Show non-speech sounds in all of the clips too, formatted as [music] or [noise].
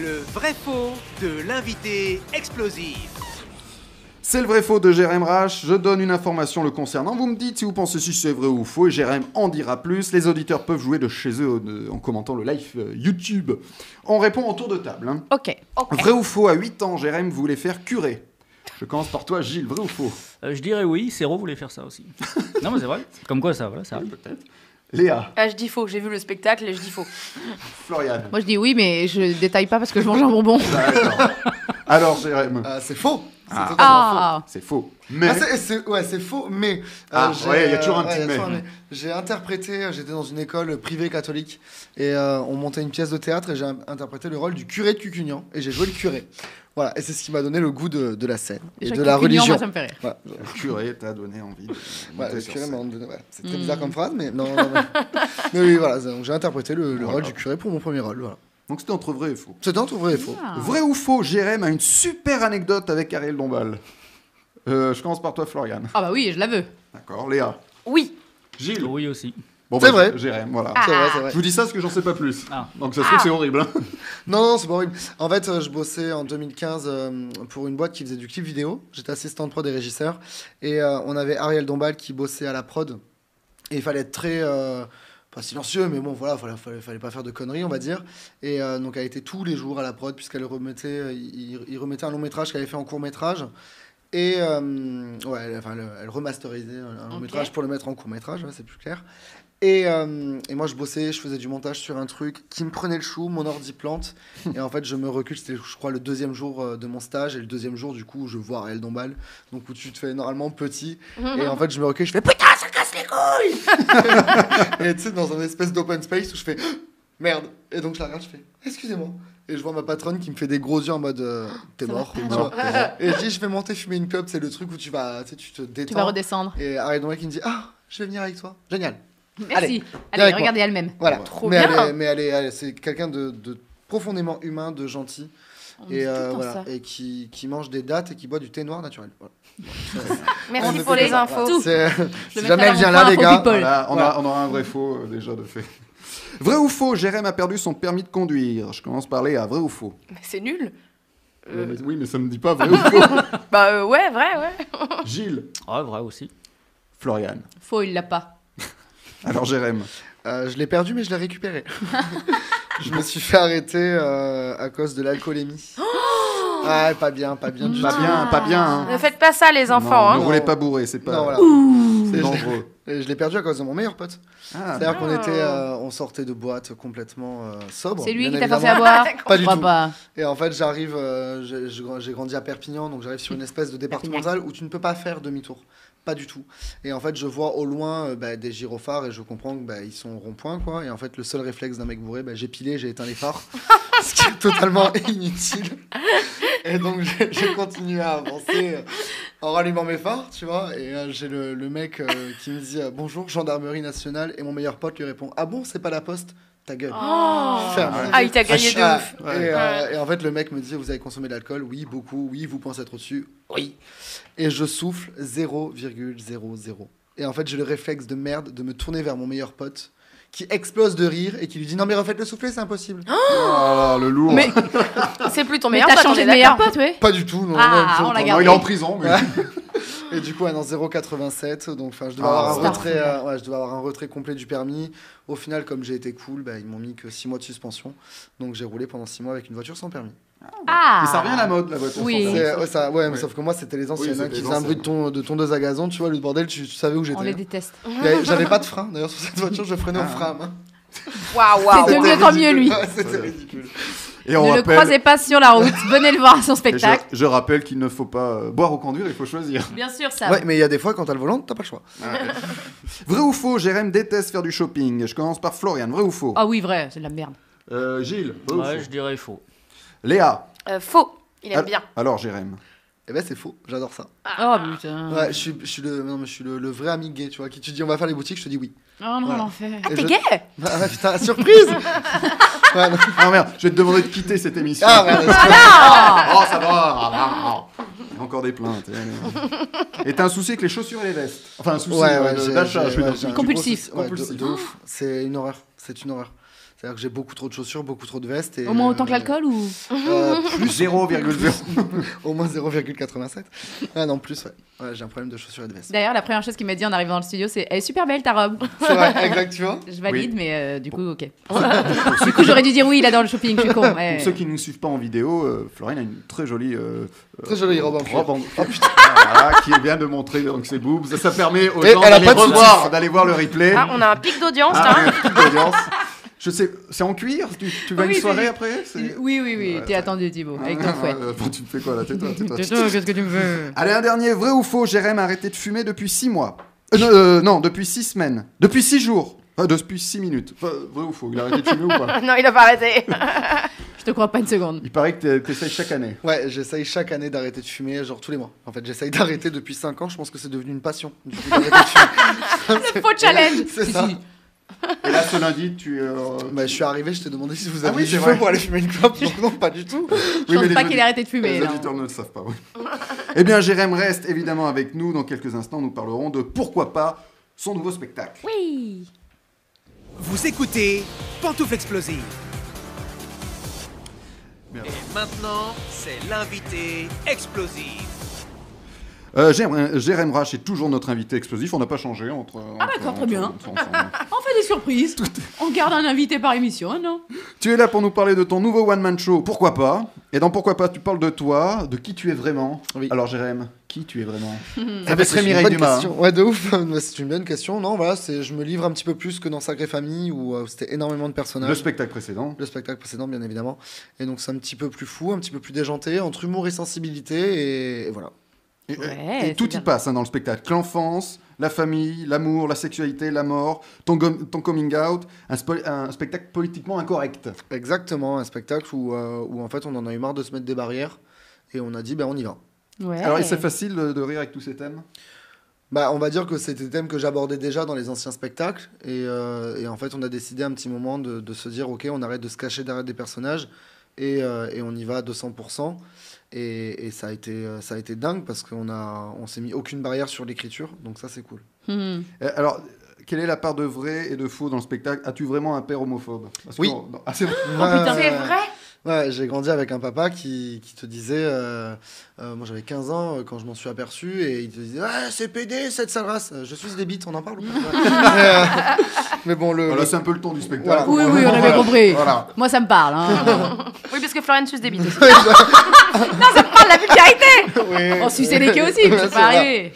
le vrai faux de l'invité explosif. C'est le vrai faux de Jérém Rache. Je donne une information le concernant. Vous me dites si vous pensez si c'est vrai ou faux et Jérém en dira plus. Les auditeurs peuvent jouer de chez eux euh, en commentant le live euh, YouTube. On répond en tour de table. hein. Ok. Vrai ou faux, à 8 ans, Jérém voulait faire curer. Je commence par toi, Gilles. Vrai ou faux Euh, je dirais oui, Céro voulait faire ça aussi. non, mais c'est vrai. Comme quoi, ça, voilà, ça arrive. Peut-être. Léa, Ah, je dis faux, j'ai vu le spectacle et je dis faux. Florian. Moi je dis oui, mais je détaille pas parce que je mange un bonbon. Ah, D'accord. Alors, Jérém, Ah, c'est faux. C'est Ah. totalement Ah c'est faux. faux. Mais Ah, c'est- c'est- ouais, c'est faux, mais. euh, Ah, j'ai- ouais, il y a toujours un ouais, petit il y a mais. toujours un J'ai interprété, j'étais dans une école privée catholique et euh, on montait une pièce de théâtre et j'ai interprété le rôle du curé de Cucugnan et j'ai joué le curé. Voilà, et c'est ce qui m'a donné le goût de, de la scène et Chaque de la opinion, religion. Moi, ça me fait rire. Voilà. le curé t'a donné envie de Ouais, monter le sur curé scène. m'a donné- ouais. C'est très Mm. bizarre comme phrase, [laughs] mais non. non, non. mais oui, voilà, donc j'ai interprété le, le rôle Voilà. du curé pour mon premier rôle. Voilà. Donc c'était entre vrai et faux. C'était entre vrai et faux. Ah. Vrai ou faux, Jérém a une super anecdote avec Ariel Dombal. Euh, je commence par toi, Florian. Ah bah oui, je la veux. D'accord, Léa. Oui. Gilles. Oui aussi. Bon, C'est bah, vrai. Jérém, voilà. C'est Ah. vrai, c'est Je vrai. vous dis ça parce que j'en sais pas plus. Ah. Donc ça se trouve, Ah. c'est [laughs] horrible. hein. Non, non, c'est pas horrible. En fait, euh, je bossais en 2015 euh, pour une boîte qui faisait du clip vidéo. J'étais assistant de prod et régisseur. Et euh, on avait Ariel Dombal qui bossait à la prod. Et il fallait être très. euh, pas silencieux, mais bon, voilà, fallait, fallait, fallait pas faire de conneries, on va dire. Et euh, donc, elle était tous les jours à la prod, puisqu'elle remettait, euh, il, il remettait un long métrage qu'elle avait fait en court métrage. Et euh, ouais, elle, enfin, elle- elle remasterisait un long Ok. métrage pour le mettre en court métrage, ouais, c'est plus clair. Et, euh, et moi, je bossais, je faisais du montage sur un truc qui me prenait le chou, mon ordi plante. et en fait, je me recule, c'était, je crois, le deuxième jour euh, de mon stage. Et le deuxième jour, du coup, je vois Ariel Dombal. Donc, où tu te fais énormément petit. et Mhm. en fait, je me recule, je fais Putain, ça casse les [laughs] couilles Et tu sais, dans un espèce d'open space où je fais [gasps] Merde. Et donc, je la regarde, je fais Excusez-moi. Et je vois ma patronne qui me fait des gros yeux en mode euh, T'es Ah, Ça va Ah, mort. pas. tu vois. Et je dis Je vais monter fumer une clope. C'est le truc où tu vas, tu sais, tu Tu te vas détends. redescendre. et Ariel Dombal qui me dit Ah, je vais venir avec toi. Génial. Merci. Allez, viens avec regardez elle-même. Voilà. Trop mais bien. Elle est, mais elle est, elle est- c'est quelqu'un de, de profondément humain, de gentil. On dit Et, tout le euh, temps voilà. ça. et qui, qui mange des dates et qui boit du thé noir naturel. Voilà. On ne Merci fait pour que les ça. infos. Tout. C'est- le si mettrai dans jamais mon elle vient coin là, à les Faux gars. People. Voilà, on, Voilà. a, on aura un vrai faux euh, déjà de fait. Vrai ou faux, Jérém a perdu son permis de conduire. Je commence par Léa. Vrai ou faux Mais c'est nul. Euh, Euh, mais- Oui, mais ça me dit pas vrai ou [laughs] faux. Bah euh, ouais, vrai, ouais. Gilles. Ah, vrai aussi. Florian. Faux, il l'a pas. Alors Jérém. Euh, je l'ai perdu, mais je [laughs] l'ai récupéré. je me suis fait arrêter euh, à cause de l'alcoolémie. Oh ah, pas bien, pas Ah, bien du Pas tout. bien, pas bien. hein. Ne faites pas ça, les enfants. Non, hein. Ne Non. roulez pas bourré, c'est pas Non, voilà. c'est C'est- dangereux. Et je l'ai perdu à cause de mon meilleur pote. Ah, C'est-à-dire qu'on Ah. était, euh, on sortait de boîte complètement euh, sobre. Oh. C'est lui qui bien t'a forcé à évidemment. boire. [laughs] Pas du Je crois tout. pas. Et en fait, j'arrive, euh, j'ai- j'ai j'ai grandi à Perpignan, donc j'arrive sur une espèce de départementale où tu ne peux pas faire demi-tour. Pas du tout. Et en fait, je vois au loin euh, bah, des gyrophares et je comprends que bah, ils sont au rond-point, quoi. Et en fait, le seul réflexe d'un mec bourré, bah, j'ai pilé, j'ai éteint les phares, [laughs] ce qui est totalement inutile. Et donc, j'ai j'ai continué à avancer euh, en rallumant mes phares, tu vois. Et euh, j'ai le, le mec euh, qui me dit euh, bonjour, gendarmerie nationale. Et mon meilleur pote lui répond ah bon, c'est pas la poste, ta gueule. Oh. Ferme. Ah, il t'a gagné de Ah, ouf. Et, Ouais. euh, et en fait, le mec me dit Vous avez consommé de l'alcool Oui, beaucoup. Oui, vous pensez être au-dessus Oui. Et je souffle 0,00. Et en fait, j'ai le réflexe de merde de me tourner vers mon meilleur pote qui explose de rire et qui lui dit Non, mais refaites le souffler, c'est impossible. Hein? Ah, le lourd. [laughs] Mais- C'est plus ton Mais meilleur t'as pote, changé on de est meilleur d'accord. pote, ouais. Pas du tout. Non, Ah, non, on l'a non. Non, il est en prison, mais. Et du coup, ouais, non, 0,87. Donc, enfin, je devais Ah, avoir c'est un retrait, euh, ouais, je devais avoir un retrait complet du permis. Au final, comme j'ai été cool, bah, ils m'ont mis que 6 mois de suspension. Donc, j'ai roulé pendant 6 mois avec une voiture sans permis. Ah. Mais ça revient à la mode, la voiture. Oui. sans C'est- permis. ouais, ça- ouais, mais Ouais. sauf que moi, c'était les anciennes c'était hein, qui les faisaient un anciennes. bruit de, ton, de tondeuse à gazon. Tu vois, le bordel, tu, tu savais où On les j'étais. déteste. Il [laughs] y avait- J'avais pas de frein. D'ailleurs, sur cette voiture, je freinais Ah. au frein à main. Waouh, waouh. C'est de C'était mieux en mieux, lui. ridicule. [laughs] C'était ridicule. Et on Ne le rappelle- croisez pas sur la route. Venez le voir à son et je, spectacle. je rappelle qu'il ne faut pas euh, boire ou conduire, il faut [laughs] choisir. Bien sûr, ça. Ouais, mais il y a des fois, quand t'as le volant, t'as pas le choix. Vrai ou faux, Jérém déteste faire du shopping. Je commence par Florian. Vrai ou faux Oh. Ah oui, vrai, c'est de la merde. Euh, Gilles. vrai ou Ouais, faux je dirais faux. Léa. Euh, faux. Eh Il Ah, aime Al- bien. Alors Jérém. Et ben, c'est faux. J'adore ça. Oh putain. Ouais, je suis, je suis, le, non, mais je suis le, le vrai ami gay, tu vois. Qui tu dis, on va faire les boutiques, je te dis oui. Oh non, Voilà. l'enfer. Et T'es je- [laughs] gay Ah, ouais, [laughs] putain, surprise Ouais, non. Ah merde, je vais te demander de quitter cette émission. Ah, ouais, ouais. Oh, ça va Il y a Encore des plaintes. allez. Et t'as un souci avec les chaussures et les vestes. Enfin, un souci Ouais, euh, ouais, de- j'ai- d'achat, j'ai- je veux ouais, dire. j'ai un gros Compulsif. souci- ouais, de- Compulsif. de ouf. C'est une horreur. C'est une horreur. C'est-à-dire que j'ai beaucoup trop de chaussures, beaucoup trop de vestes. Et, Au moins autant euh, que l'alcool ou euh, plus, 0,0. Au moins 0,87. Ah non, plus, ouais. Ouais, j'ai un problème de chaussures et de vestes. D'ailleurs, la première chose qu'il m'a dit en arrivant dans le studio, c'est Elle est super belle ta robe. C'est vrai, exact, tu vois. Je valide, mais euh, du coup, ok. du coup, j'aurais dû dire oui, il adore le shopping, je suis con. ouais. Pour ceux qui ne nous suivent pas en vidéo, euh, Florine a une très jolie, euh, Très jolie robe en cuir. robe en cuir. [laughs] Voilà, qui est bien de montrer donc ses boobs. Ça, ça permet aux Et gens elle a d'aller pas de revoir, soutif. d'aller voir le Eh. replay. Ah, on a un pic d'audience, Ah, hein. [laughs] ouais, petite audience. Je sais, c'est en cuir Tu, tu vas à Oui, une c'est- soirée après C'est- Oui, oui, oui, Ouais, t'es ça- attendu, Thibaut, avec ton fouet. Euh, bon, tu me fais quoi là Tais-toi, [laughs] tais-toi. Qu'est-ce que tu me veux Allez, un dernier, vrai ou faux, Jérém a arrêté de fumer depuis 6 mois. Euh, non, euh, non, depuis 6 semaines. Depuis 6 jours. Enfin, depuis 6 minutes. Enfin, vrai ou faux, il a arrêté de fumer ou [laughs] pas [laughs] non, il a pas arrêté. Je te crois pas [laughs] une seconde. Il paraît que t'es- t'essayes chaque année. Ouais, j'essaye chaque année d'arrêter de fumer, genre tous les mois. En fait, j'essaye d'arrêter depuis 5 ans. Je pense que c'est devenu une passion. du coup, d'arrêter de fumer. Faux challenge C'est Si, ça. si. Et là, ce lundi, tu. euh, Bah, je suis arrivé, je t'ai demandé si vous Ah aviez oui, c'est du vrai. feu pour aller fumer une clope. Donc non, pas du tout. Je mais pense les pas audi- qu'il ait arrêté de fumer. Les là. auditeurs ne le savent pas, oui. [laughs] eh bien, Jérém reste évidemment avec nous. Dans quelques instants, nous parlerons de pourquoi pas son nouveau spectacle. Oui Vous écoutez Pantoufle Explosive. Merde. Et maintenant, c'est l'invité explosif. Euh, Jérém Jérém Rache est toujours notre invité explosif. On n'a pas changé entre. Ah, d'accord, très bien. On fait des surprises. On garde un invité par émission, non Tu es là pour nous parler de ton nouveau one-man show, pourquoi pas Et dans Pourquoi pas, tu parles de toi, de qui tu es vraiment. Oui. Alors, Jérém, qui tu es [laughs] vraiment Ah Ça bah, fait c'est très une Mireille bonne Dumas. hein. question. Ouais, de ouf. [laughs] Bah, c'est une bonne question. Non, voilà, c'est, je me livre un petit peu plus que dans Sacrée Famille où euh, c'était énormément de Le personnages. spectacle précédent. Le spectacle précédent, bien évidemment. Et donc, c'est un petit peu plus fou, un petit peu plus déjanté, entre humour et sensibilité. Et, et voilà. Et, euh, Ouais, et c'est tout y bien. passe hein, dans le spectacle. L'enfance, la famille, l'amour, la sexualité, la mort, ton, gom- ton coming out, un, spo- un spectacle politiquement incorrect. Exactement, un spectacle où, euh, où en fait, on en a eu marre de se mettre des barrières. Et on a dit, ben, on y va. Ouais. Alors, et c'est facile de, de rire avec tous ces thèmes Bah, on va dire que c'était des thèmes que j'abordais déjà dans les anciens spectacles. Et, euh, et en fait, on a décidé un petit moment de, de se dire, OK, on arrête de se cacher derrière des personnages et, euh, et on y va à 200%. Et, et ça, a été, euh, ça a été dingue parce qu'on a- on s'est mis aucune barrière sur l'écriture. Donc ça, c'est cool. Hmm. Euh, Alors, quelle est la part de vrai et de faux dans le spectacle As-tu vraiment un père homophobe Parce que- Oui. non. Ah, [laughs] c'est vrai. Ouais, C'est ouais, vrai euh, Ouais, j'ai grandi avec un papa qui, qui te disait, euh, euh, moi j'avais 15 ans euh, quand je m'en suis aperçu, et il te disait, ah, c'est PD cette sale race, Euh, je suis des bites, on en parle ou pas [laughs] Ouais. mais, euh, mais bon, le. Voilà, le- c'est un peu le ton du spectacle. Voilà. Oui, oui, on avait Voilà. compris. Voilà. Moi, ça me parle. Hein. Oui, parce que Florian [laughs] suce des bites. aussi. [laughs] parle la vulgarité Oui. On suçait les quais aussi, mais C'est c'est vrai. pas arrivé.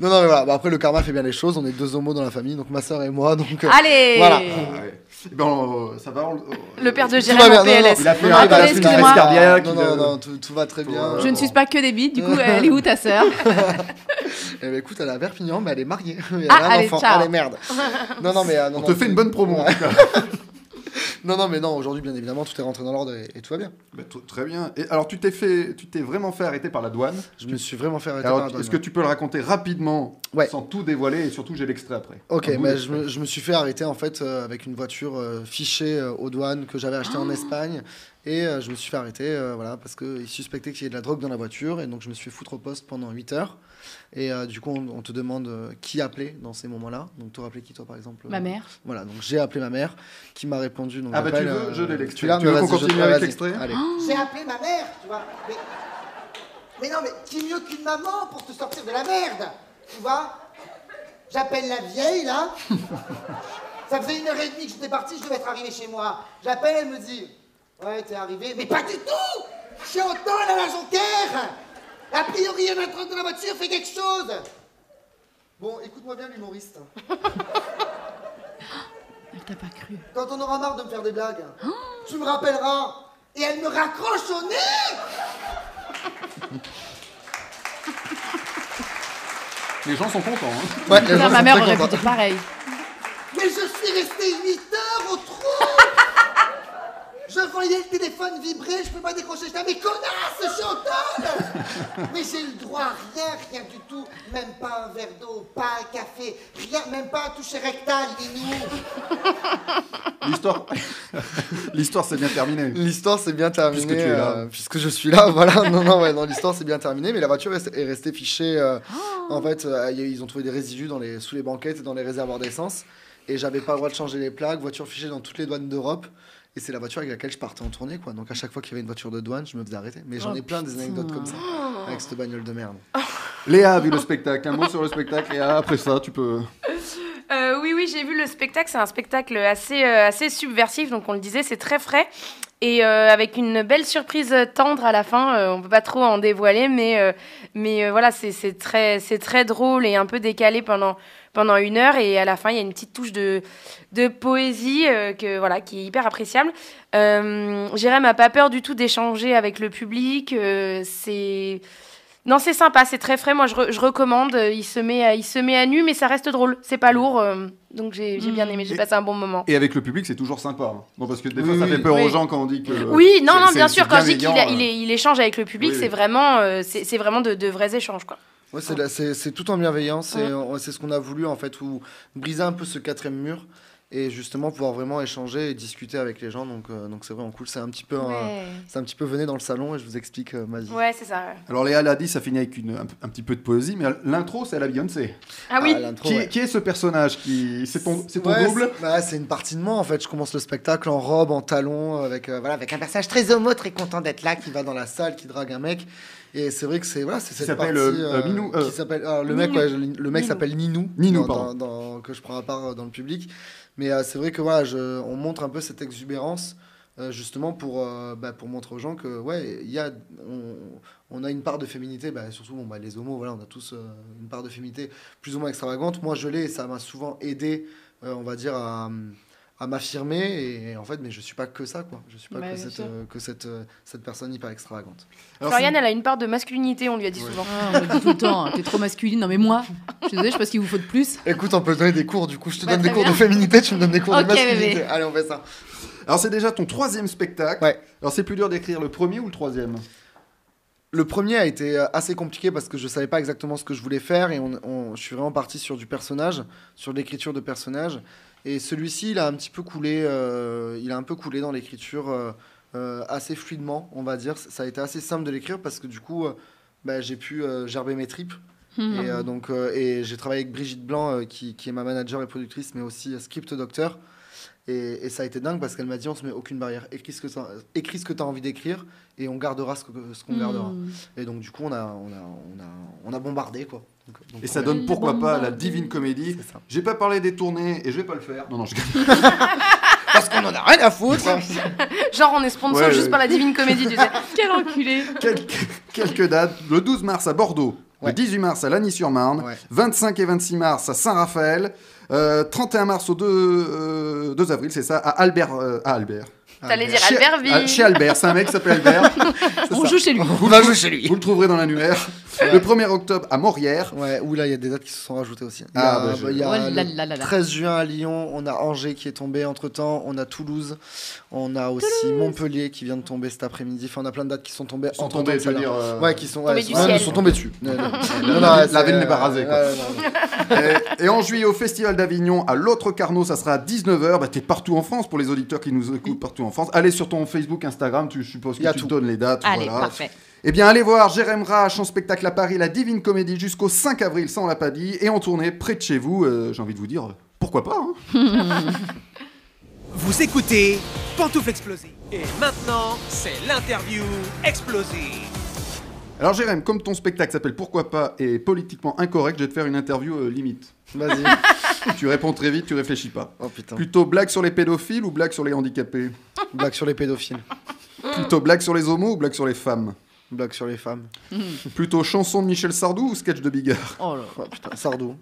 Non, non, mais voilà, Bah, après le karma fait bien les choses, on est deux homos dans la famille, donc ma soeur et moi, donc. euh, Allez Voilà. Ah ouais. Eh ben, on- ça va. on- on- Le père de tout va Jérém en bien. Non, non, PLS. Il a fait un- non, il a attendez, fait une excusez-moi. arrête cardiaque, Non, il non, a- non, tout, tout va très Tout bien. va. Je ne suis pas que des bites, du coup, elle est où ta sœur Eh ben, écoute, elle est à Perpignan, mais elle [laughs] est mariée. Elle Ah, a un allez, enfant. ciao. Allez, merde. Non, non, mais. euh, non, On non, te fait c'est- une bonne promo. en tout cas. Non, non, mais non, aujourd'hui, bien évidemment, tout est rentré dans l'ordre et, et tout va bien. [laughs] Bah, t- très bien. Et alors, tu t'es fait, tu t'es vraiment fait arrêter par la douane. Je me suis vraiment fait arrêter Alors, par la douane. est-ce que tu peux le raconter rapidement, Ouais. sans tout dévoiler, et surtout j'ai l'extrait après. Ok, Un bout mais je, d'extrait. me, je me suis fait arrêter en fait euh, avec une voiture euh, fichée euh, aux douanes que j'avais Ah. achetée en Espagne. Et euh, je me suis fait arrêter euh, voilà, parce qu'ils suspectaient qu'il y ait de la drogue dans la voiture. Et donc je me suis fait foutre au poste pendant 8 heures. Et euh, du coup, on, on te demande euh, qui appeler dans ces moments-là. Donc tu rappelé qui toi par exemple Ma euh, mère. Voilà, donc j'ai appelé ma mère qui m'a répondu. Donc Ah bah, tu j'appelle, euh, veux, je l'ai l'extrait. l'as Tu Mais veux qu'on vas-y, je- continue ah, avec vas-y. l'extrait Allez. Oh, J'ai appelé ma mère, tu vois. Mais, mais non, mais qui mieux qu'une maman pour te sortir de la merde Tu vois J'appelle la vieille, là. Ça faisait une heure et demie que j'étais parti, je devais être arrivé chez moi. J'appelle, elle me dit Ouais, t'es arrivé. Mais pas du tout Je suis en temps à la jonquière A priori, il y en a un truc dans la voiture, fais quelque chose Bon, écoute-moi bien l'humoriste. Elle t'a pas cru. Quand on aura marre de me faire des blagues, tu me rappelleras. Et elle me raccroche au nez Les gens sont contents. hein. [laughs] Ouais, les gens Putain, ma sont mère très aurait contents. plutôt pareil. Mais je suis resté 8 heures au trou Je voyais le téléphone vibrer, je peux pas décrocher, j'étais mais connasse, je suis en tôle Mais j'ai eu le droit à rien, rien du tout, même pas un verre d'eau, pas un café, rien, même pas un toucher rectal, Ninou L'histoire, [laughs] l'histoire s'est bien terminée. L'histoire s'est bien terminée. Puisque tu es là. euh, puisque je suis là, [laughs] voilà. Non, non, ouais, non, l'histoire s'est bien terminée, mais la voiture est, est restée Oh. fichée. euh, En fait, euh, y a- ils ont trouvé des résidus dans les, sous les banquettes et dans les réservoirs d'essence. Et j'avais pas le droit de changer les plaques, voiture fichée dans toutes les douanes d'Europe. Et c'est la voiture avec laquelle je partais en tournée, quoi. Donc à chaque fois qu'il y avait une voiture de douane, je me faisais arrêter. Mais j'en Oh, ai plein des putain. anecdotes comme ça, avec cette bagnole de merde. Léa a vu le spectacle. Un mot sur le spectacle. Et après ça, tu peux. Euh, oui, oui, j'ai vu le spectacle. C'est un spectacle assez, euh, assez subversif. Donc, on le disait, c'est très frais. Et euh, avec une belle surprise tendre à la fin. Euh, on peut pas trop en dévoiler, mais, euh, mais euh, voilà, c'est- c'est très, c'est très drôle et un peu décalé pendant, pendant une heure. Et à la fin, il y a une petite touche de, de poésie euh, que, voilà, qui est hyper appréciable. Euh, Jérém a pas peur du tout d'échanger avec le public. euh, c'est. Non, c'est sympa, c'est très frais. Moi, je, re- je recommande. Euh, Il se, met à, il se met à nu, mais ça reste drôle. C'est pas lourd. euh, donc, j'ai j'ai bien aimé. J'ai Et- passé un bon moment. Et avec le public, c'est toujours sympa. hein. Non, parce que des Oui, fois, ça oui. fait peur aux Oui. gens quand on dit que. Oui, non, c'est- non, c'est- bien c'est sûr. Quand je dis qu'il bienveillant, a- il, euh. est- il échange avec le public, Oui, c'est oui. vraiment, euh, c'est c'est vraiment de, de vrais échanges, quoi. Ouais, Ah. c'est la- c'est c'est tout en bienveillance et on- c'est ce qu'on a voulu en fait, ou briser un peu ce quatrième mur et justement pouvoir vraiment échanger et discuter avec les gens. Donc euh, donc c'est vraiment cool. C'est un petit peu un- c'est un petit peu venez dans le salon et je vous explique euh, ma vie. Ouais, c'est ça. ouais. hein. Alors Léa l'a dit, ça finit avec une, un, un petit peu de poésie, mais l'intro, c'est à la Beyoncé. Ah oui. l'intro, Qui, ouais. qui est ce personnage qui C'est ton, c'est ton Ouais, double c'est- bah, C'est une partie de moi en fait. Je commence le spectacle en robe, en talons, avec, euh, voilà, avec un personnage très homo, très content d'être là, qui va dans la salle, qui drague un mec. Et c'est vrai que c'est voilà, c'est cette s'appelle, partie, euh, euh, Minou, euh, qui s'appelle alors, le mec, Ninou. ouais, je- le mec Ninou. s'appelle Ninou, Ninou, dans- pardon. dans- dans- que je prends à part euh, dans le public. Mais euh, c'est vrai que voilà, je- on montre un peu cette exubérance. euh, justement pour, euh, bah, pour montrer aux gens que ouais il y a on, on a une part de féminité bah, surtout bon, bah, les homos voilà on a tous euh, une part de féminité plus ou moins extravagante moi je l'ai et ça m'a souvent aidé euh, on va dire à, à m'affirmer et, en fait mais je suis pas que ça quoi je suis pas Bah, que, bien cette, sûr. euh, que cette euh, cette personne hyper extravagante Alors, Floriane, elle a une part de masculinité, on lui a dit Ouais. souvent. Ah, on me dit tout le temps, hein, t'es trop masculine. Non, mais moi, je suis désolée, je sais pas ce qu'il vous faut de plus. écoute on peut donner des cours du coup je te Bah, donne des très cours bien. de féminité tu me donnes des cours de Ok, bébé. masculinité allez on fait ça Alors c'est déjà ton troisième spectacle. Ouais. Alors c'est plus dur d'écrire le premier ou le troisième Le premier a été euh, assez compliqué parce que je savais pas exactement ce que je voulais faire et on, on- je suis vraiment parti sur du personnage, sur l'écriture de personnage. Et celui-ci, il a un petit peu coulé, euh, il a un peu coulé dans l'écriture euh, euh, assez fluidement, on va dire. Ça a été assez simple de l'écrire parce que du coup, euh, bah, j'ai pu euh, gerber mes tripes. Et, euh, donc, euh, et j'ai travaillé avec Brigitte Blanc, euh, qui, qui est ma manager et productrice, mais aussi euh, script docteur. Et, et ça a été dingue parce qu'elle m'a dit on se met aucune barrière. Écris ce que tu écris ce que as envie d'écrire et on gardera ce que- ce qu'on gardera. Hmm. Et donc, du coup, on a, on a, on a, on a bombardé, quoi. Donc- donc, Et ça on a- donne Le pourquoi bon pas bain. la divine comédie. C'est ça. J'ai pas parlé des tournées et je vais pas le faire. Non non, je Parce qu'on en a rien à foutre Genre, on est sponsor Ouais, juste ouais. par la Divine Comédie, [laughs] tu sais. Quel enculé [laughs] Quelques, quelques dates. Le 12 mars à Bordeaux. Le Ouais. 18 mars à Lagny-sur-Marne. Ouais. 25 et 26 mars à Saint-Raphaël. euh, 31 mars au 2, euh, 2 avril, c'est ça, à Albert. euh, à Albert. T'allais dire Chez- Albertville. à- Ah, Chez Albert, c'est un mec qui s'appelle [laughs] Albert. C'est On ça. joue chez lui. Vous le, vous le trouverez dans l'annuaire. Le 1er octobre à Morières. [laughs] Ouais, ou là, il y a des dates qui se sont rajoutées aussi. Il y Ah, a, bah, je- bah, il y a Oh là le là là là. 13 juin à Lyon, on a Angers qui est tombé entre temps, on a Toulouse, on a aussi Montpellier qui vient de tomber cet après-midi. Enfin, on a plein de dates qui sont tombées Ils sont en temps tombés, de je veux celle-là. dire. euh, Ouais, qui sont, Tombés ouais, du sont- ciel. ils sont tombés dessus. Non, non, non. Non, [laughs] non, la c'est, ville n'est pas euh, rasée, quoi. ouais, non, non. Et, et en juillet, au Festival d'Avignon, à l'autre Carnot, ça sera à 19h. Bah, t'es partout en France pour les auditeurs qui nous écoutent partout en France. Allez sur ton Facebook, Instagram, tu, je suppose que Il y a tu tout. donnes les dates. Allez, voilà. parfait. Eh bien, allez voir Jérém Rache en spectacle à Paris, la Divine Comédie, jusqu'au 5 avril, ça on l'a pas dit, et en tournée près de chez vous. Euh, J'ai envie de vous dire, pourquoi pas hein Vous écoutez Pantoufle Explosive. Et maintenant, c'est l'interview explosive. Alors, Jérém, comme ton spectacle s'appelle Pourquoi pas et politiquement incorrect, je vais te faire une interview euh, limite. [laughs] Vas-y. tu réponds très vite, tu réfléchis pas. Oh putain. Plutôt blague sur les pédophiles ou blague sur les handicapés Blague sur les pédophiles, Hmm. Plutôt blague sur les homos ou blague sur les femmes blague sur les femmes. Plutôt chanson de Michel Sardou ou sketch de Bigard Oh là. Oh, putain, Sardou,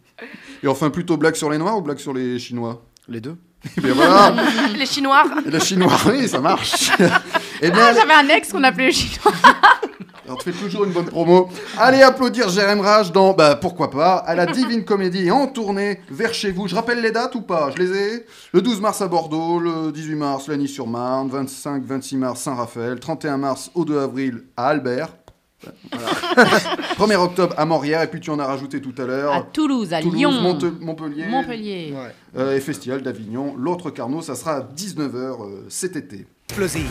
Et enfin, plutôt blague sur les noirs ou blague sur les chinois les deux. Eh bien [laughs] voilà, Les Chinois. les chinois, oui, ça marche Eh bien, Ah, j'avais un ex qu'on appelait le chinois. Alors, tu fais toujours une bonne promo. Allez applaudir Jérém Rage dans, bah, pourquoi pas, à la Divine Comédie et en tournée vers chez vous. Je rappelle les dates ou pas Je les ai. Le 12 mars à Bordeaux, le 18 mars, Lagny-sur-Marne, 25-26 mars, Saint-Raphaël, 31 mars au 2 avril à Albert. [laughs] Voilà. 1er octobre à Morières, et puis tu en as rajouté tout à À l'heure. Toulouse, à Oh. Toulouse, Lyon. Monte- Montpellier, Montpellier. Ouais. euh, et Festival d'Avignon. L'autre Carnot, ça sera à 19h euh, cet été. Explosive.